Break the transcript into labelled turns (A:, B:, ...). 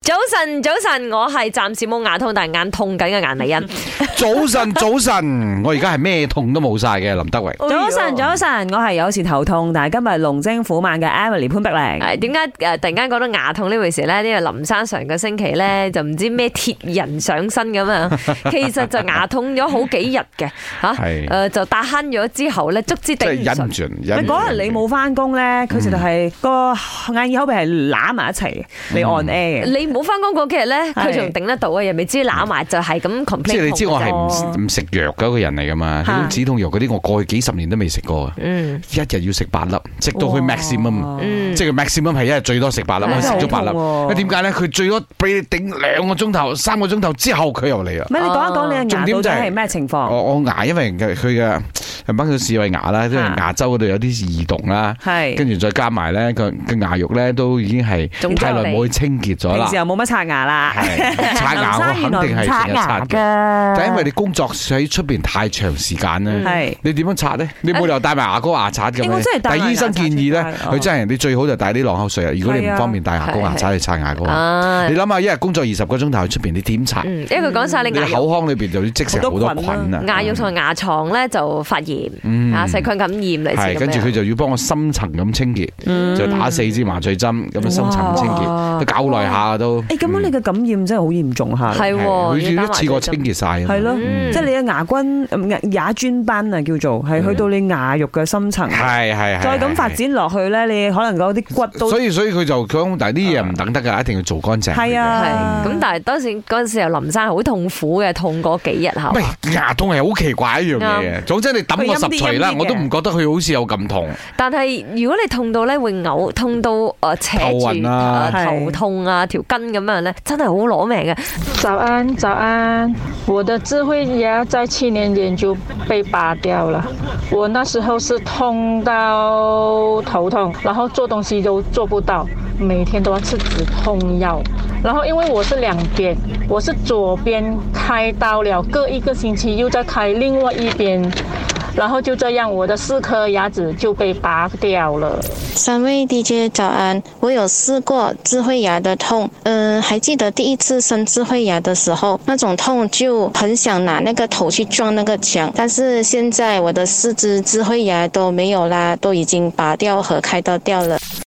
A: 早晨，早晨，我係暫時冇牙痛，但係眼痛緊嘅顏麗 欣。
B: 早晨，早晨，我而家系咩痛都冇晒嘅，林德荣。
C: 早晨，早晨，我係有時頭痛，但係今日龍精虎猛嘅 Emily 潘碧玲，
A: 誒點解誒突然間講到牙痛呢回事咧？呢個林生上個星期咧就唔知咩鐵人上身咁 啊，其實就牙痛咗好幾日嘅嚇，
B: 係
A: 誒、就打慳咗之後咧，足之
B: 即
A: 頂
B: 系
A: 唔
B: 忍唔
A: 順。
B: 住，忍唔
C: 你
B: 住
C: 嗰日你冇翻工咧，佢
B: 嗯
C: 直頭係個眼耳口鼻係揦埋一齊嘅，你 on air 嘅。
A: 你冇翻工嗰幾日咧，佢
C: 係
A: 仲頂得到啊！又未知揦埋就係咁 complain
B: 即系你知我
A: 痛嘅啫
B: 系唔
C: 痛
B: 唔食藥嘅一個人嚟噶嘛，
C: 嚇
B: 咁止痛藥嗰啲我過去幾十年都未食過啊，
A: 嗯
B: 一日要食八粒，直到去
C: 哇
B: maximum，
A: 嗯，
B: 哦即係 maximum 係一日最多食八粒，
A: 係
B: 我食咗八粒。
C: 真係好
B: 因
C: 痛
B: 為
C: 喎
B: 點解咧？佢最多俾你頂兩個鐘頭、三個鐘頭之後佢又嚟啊！
C: 唔係你講一講你嘅
B: 重
C: 牙
B: 點就
C: 到底
B: 係哦
C: 係咩情況？
B: 我我牙因為佢佢嘅掹咗智慧牙啦，因為
C: 嚇
B: 牙周嗰度有啲異動啦，
C: 係
B: 跟住再加埋咧個個牙肉咧都已經係
A: 腫咗
B: 太耐
A: 嚟
B: 冇去清潔咗
C: 平
B: 啦
C: 時。又冇乜刷牙啦，
B: 係刷牙我肯定係成日刷嘅，但係因為你工作喺出邊太長時間咧。
C: 係
B: 你點樣刷咧？你冇理由帶埋牙膏牙刷咁
C: 誒嗯我真
B: 樣。
C: 係帶
B: 但
C: 埋
B: 係醫生建議咧
C: 牙刷，出街
B: 佢真係你最好就帶啲漱口水啊！如果你
C: 係
B: 唔
C: 啊
B: 方便帶牙膏牙刷去刷牙嘅話，
A: 啊
B: 你，諗下一日工作二十個鐘頭喺出邊，你點刷？
A: 嗯，因為佢講晒你
B: 你
A: 牙肉
B: 口腔裏邊就要積成好多
C: 好多菌啊
B: 菌啊！
A: 牙肉同牙床咧就發炎，啊細菌感染嚟，
B: 嗯係，跟住佢就要幫我深層咁清潔，就打四支麻醉針咁樣啊深層清潔，
C: 嗯哇哎
B: 都搞好耐下都。
C: 誒咁樣你嘅感染真係好嚴重下。
A: 係
B: 嗯係
A: 喎，要
B: 佢一
A: 打麻
B: 次過
A: 醉針
B: 清潔晒啊嘛。
C: 係咯，
A: 嗯
C: 即係你嘅牙菌嗯牙牙專斑啊，叫做係去到你牙肉嘅深層。
B: 嗯係係係。
C: 再咁發
B: 係。
C: 展落去咧，你可能嗰啲骨都
B: 所以所以佢就講，但係啲嘢唔等得㗎，一定要做乾淨。
C: 係啊
A: 係咁，但係當時嗰陣時候，林生好痛苦嘅，痛嗰幾日後
B: 喂，牙痛係好奇怪一樣嘢嘅。總之你抌我十錘啦，
C: 佢陰啲陰啲嘅
B: 我都唔覺得佢好似有咁痛。
A: 但係如果你痛到咧會嘔，痛到誒扯
B: 頭
A: 住
B: 暈啊
A: 呃頭痛啊條筋咁樣咧，真係好攞命嘅。
D: 早安，早安。我的智慧牙在去年研究被拔掉了，我那时候是痛到头痛，然后做东西都做不到，每天都要吃止痛药。然后因为我是两边，我是左边开刀了，隔一个星期又再开另外一边，然后就这样，我的四颗牙齿就被拔掉了。
E: 三位 DJ 早安，我有试过智慧牙的痛，嗯，还记得第一次生智慧牙的时候，那种痛就很想拿那个头去撞那个墙，但是现在我的四只智慧牙都没有啦，都已经拔掉和开刀掉了。